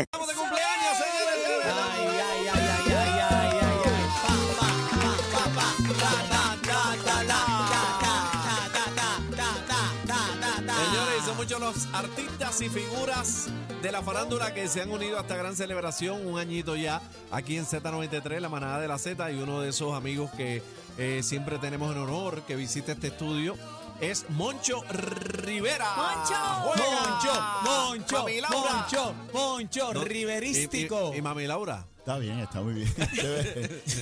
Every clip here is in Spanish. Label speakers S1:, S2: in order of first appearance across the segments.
S1: ¡Estamos de cumpleaños, señores!
S2: Ay, ay, ay, ay, ay, ay, ay, ay. Pa, pa, pa, pa, pa. Ta, ta, ta, ta, ta, ta, ta, ta, ta, ta, ta, ta, ta.
S1: Señores, son muchos los artistas y figuras de la farándula que se han unido a esta gran celebración, un añito ya, aquí en Z93, la manada de la Z, y uno de esos amigos que eh, siempre tenemos el honor que visite este estudio. Es Moncho Rivera.
S2: Moncho. Moncho,
S1: Mami Laura.
S2: Moncho, Moncho,
S1: No,
S2: riverístico.
S1: Y, y- y Mami Laura.
S3: Está bien, está muy bien.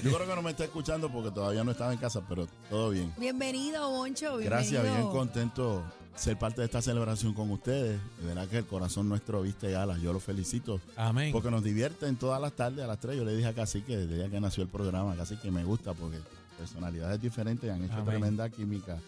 S3: Yo creo que no me está escuchando porque todavía no estaba en casa, pero todo bien.
S4: Bienvenido, Moncho.
S3: Gracias, bien
S4: bienvenido.
S3: contento ser parte de esta celebración con ustedes. De verdad que el corazón nuestro viste galas. Yo los felicito.
S5: Amén.
S3: Porque nos divierten todas las tardes a las 3. Yo le dije a Casi que desde ya que nació el programa, Casi que me gusta porque personalidades diferentes han hecho
S5: Amén.
S3: tremenda química.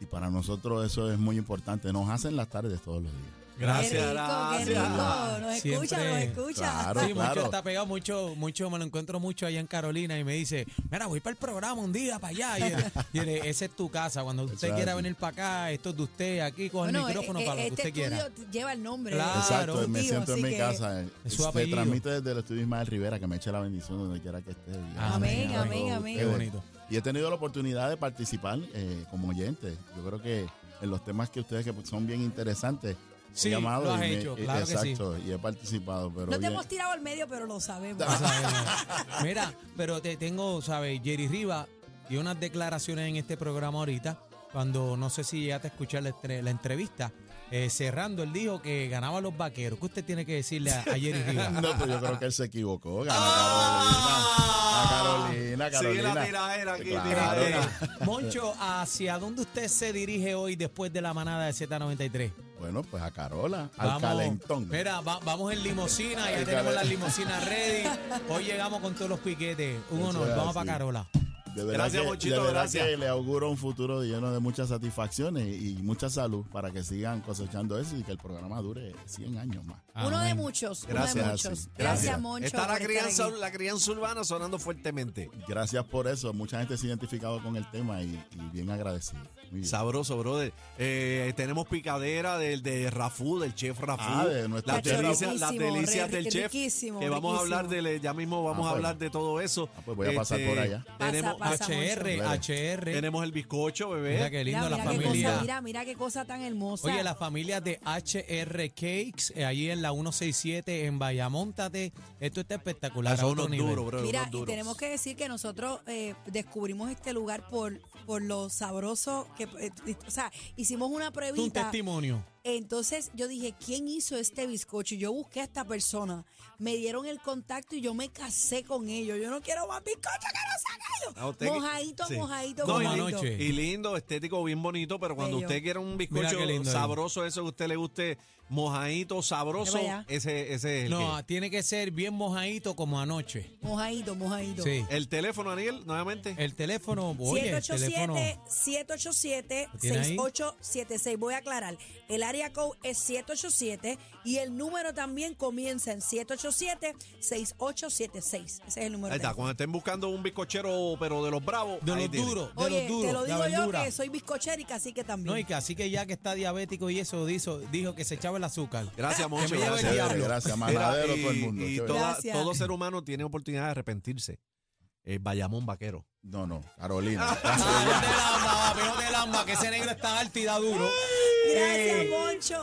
S3: Y para nosotros eso es muy importante. Nos hacen las tardes todos los días.
S4: Qué rico, qué
S5: Gracias.
S4: rico.
S1: gracias.
S4: Nos escucha,
S5: Siempre.
S4: nos escucha.
S3: Claro,
S5: Sí, mucho
S3: claro.
S5: está pegado, mucho, mucho, me lo encuentro mucho allá en Carolina y me dice, mira, voy para el programa un día, para allá. Y él- Y él, esa es tu casa, cuando usted
S3: Exacto.
S5: quiera venir para acá, esto es de usted, aquí con el
S4: Bueno,
S5: micrófono
S4: eh,
S5: para lo
S4: eh,
S5: que
S4: este
S5: usted quiera.
S4: estudio lleva el nombre.
S5: Claro.
S3: Exacto, me
S4: ejecutivo,
S3: siento en
S4: así
S3: mi
S4: que-
S3: casa. eh,
S5: Es su
S3: Se
S5: apellido.
S3: transmite desde el estudio Ismael Rivera, que me eche la bendición donde quiera que esté. Y-
S4: Amén,
S5: Amén,
S4: amén,
S3: con
S4: amén.
S5: Qué
S3: ustedes.
S5: bonito.
S3: Y he tenido la oportunidad de participar eh, como oyente. Yo creo que en los temas que ustedes que son bien interesantes,
S5: Sí,
S3: he llamado
S5: lo
S3: y
S5: has
S3: me-
S5: hecho,
S3: eh,
S5: claro que sí.
S3: exacto, y he participado. Pero
S4: No te
S3: bien.
S4: hemos tirado al medio, pero lo sabemos.
S5: O sea, eh, Mira, pero te tengo, ¿sabes? Jerry Riva dio unas declaraciones en este programa ahorita, cuando no sé si llegaste a escuchar la, entre- la entrevista. eh, cerrando, él dijo que ganaba los vaqueros. ¿Qué usted tiene que decirle a, a Jerry Riva?
S3: No, pues yo creo que él se equivocó. Gana Carolina. A Carolina,
S1: Sigue
S3: Carolina.
S1: la tiradera aquí,
S3: Claro.
S1: tiradera.
S5: Eh, Moncho, ¿hacia dónde usted se dirige hoy después de la manada de Z93?
S3: Bueno, pues a Carola, al calentón.
S5: Mira, va- vamos en limosina, ya
S3: Al
S5: tenemos
S3: calen-
S5: la limosina ready. Hoy llegamos con todos los piquetes. Un
S3: Eso
S5: honor,
S3: es
S5: vamos
S3: así.
S5: para Carola.
S3: De verdad
S1: Gracias,
S3: que,
S1: Monchito,
S3: de verdad
S1: gracias.
S3: que le auguro un futuro lleno de muchas satisfacciones y mucha salud para que sigan cosechando eso y que el programa dure 100 años más.
S4: Uno de
S5: Amén.
S4: muchos, uno
S3: Gracias,
S4: de muchos.
S3: sí.
S4: Gracias,
S3: Gracias.
S4: Moncho.
S1: Está la
S4: por estar
S1: crianza,
S4: aquí.
S1: la crianza urbana sonando fuertemente.
S3: Gracias por eso. Mucha gente se ha identificado con el tema y, y bien agradecido. Muy bien.
S1: Sabroso, brother. Eh, tenemos picadera del de Rafú, del chef Rafú.
S3: Ah, de nuestro
S1: las
S3: chef
S1: delicias,
S4: Rafú.
S1: las delicias del
S4: Riquísimo,
S1: chef.
S4: riquísimo,
S1: que vamos a hablar
S4: riquísimo.
S1: de, ya mismo vamos
S3: Ah,
S1: a
S3: pues.
S1: hablar de todo eso. Este,
S3: Ah, pues voy a pasar por allá.
S4: Pasa,
S1: Tenemos,
S4: pasa,
S5: HR,
S3: Moncho.
S5: HR.
S1: tenemos el bizcocho, bebé.
S5: Mira qué lindo
S4: Mira,
S5: la
S4: mira qué
S5: familia.
S4: cosa, mira, mira qué cosa tan hermosa.
S5: Oye, la familia de HR Cakes, eh, allí en la 167 en Bayamóntate. Esto está espectacular.
S1: Ah,
S5: a
S1: son
S5: otro
S1: unos
S5: nivel.
S1: duros, bro.
S4: Mira,
S1: unos
S4: y
S1: duros.
S4: tenemos que decir que nosotros eh, descubrimos este lugar por, por lo sabroso que... eh, o sea, hicimos una
S5: Esto es Un
S4: pruebita.
S5: testimonio.
S4: Entonces yo dije, ¿quién hizo este bizcocho? Y Yo busqué a esta persona, me dieron el contacto y yo me casé con ellos. Yo no quiero más bizcocho que no
S1: Ah,
S4: sean
S1: usted-
S4: ellos. Mojadito,
S1: sí.
S4: mojadito,
S1: No, y
S5: Como
S4: mojadito.
S1: lindo,
S5: anoche.
S1: Y lindo, estético, bien bonito, pero cuando
S4: Bello.
S1: usted quiera un
S5: Mira qué
S1: bizcocho
S5: lindo,
S1: sabroso, eso que a usted le guste, mojadito, sabroso,
S4: Mira para allá.
S1: ese, ese es el
S5: No,
S1: que-
S5: tiene que ser bien mojadito como anoche.
S4: Mojadito, mojadito.
S5: Sí.
S1: El teléfono, Aniel, nuevamente.
S5: El teléfono, oye, el teléfono.
S4: 787
S5: ¿Lo tiene ahí?
S4: 787-6876. Voy a aclarar. El área code es 787 y el número también comienza en 787-6876. Ese es el número.
S1: Ahí está,
S4: de teléfono.
S1: cuando estén buscando un bizcochero, pero de los bravos.
S5: De
S1: ahí
S5: los
S1: tienen.
S5: duros, de
S4: Oye,
S5: los duros,
S4: te lo
S5: de
S4: digo yo
S5: verdura.
S4: que soy bizcochera y cacique también.
S5: No, y que así que ya que está diabético y eso dijo, dijo que se echaba el azúcar.
S1: Gracias,
S5: me
S1: Moncho.
S5: lleve el
S1: Gracias,
S5: diablo.
S3: Gracias,
S1: Mira,
S3: manadero
S1: y-
S3: todo el mundo.
S1: Y
S3: Chévere.
S1: toda-
S4: Gracias.
S1: todo ser humano tiene oportunidad de arrepentirse. El Bayamón vaquero.
S3: No, no, Carolina.
S5: Ah, no te lamba, papi, no te lamba, que ese negro está alto y da duro.
S4: Gracias,
S5: Eh,
S4: Moncho.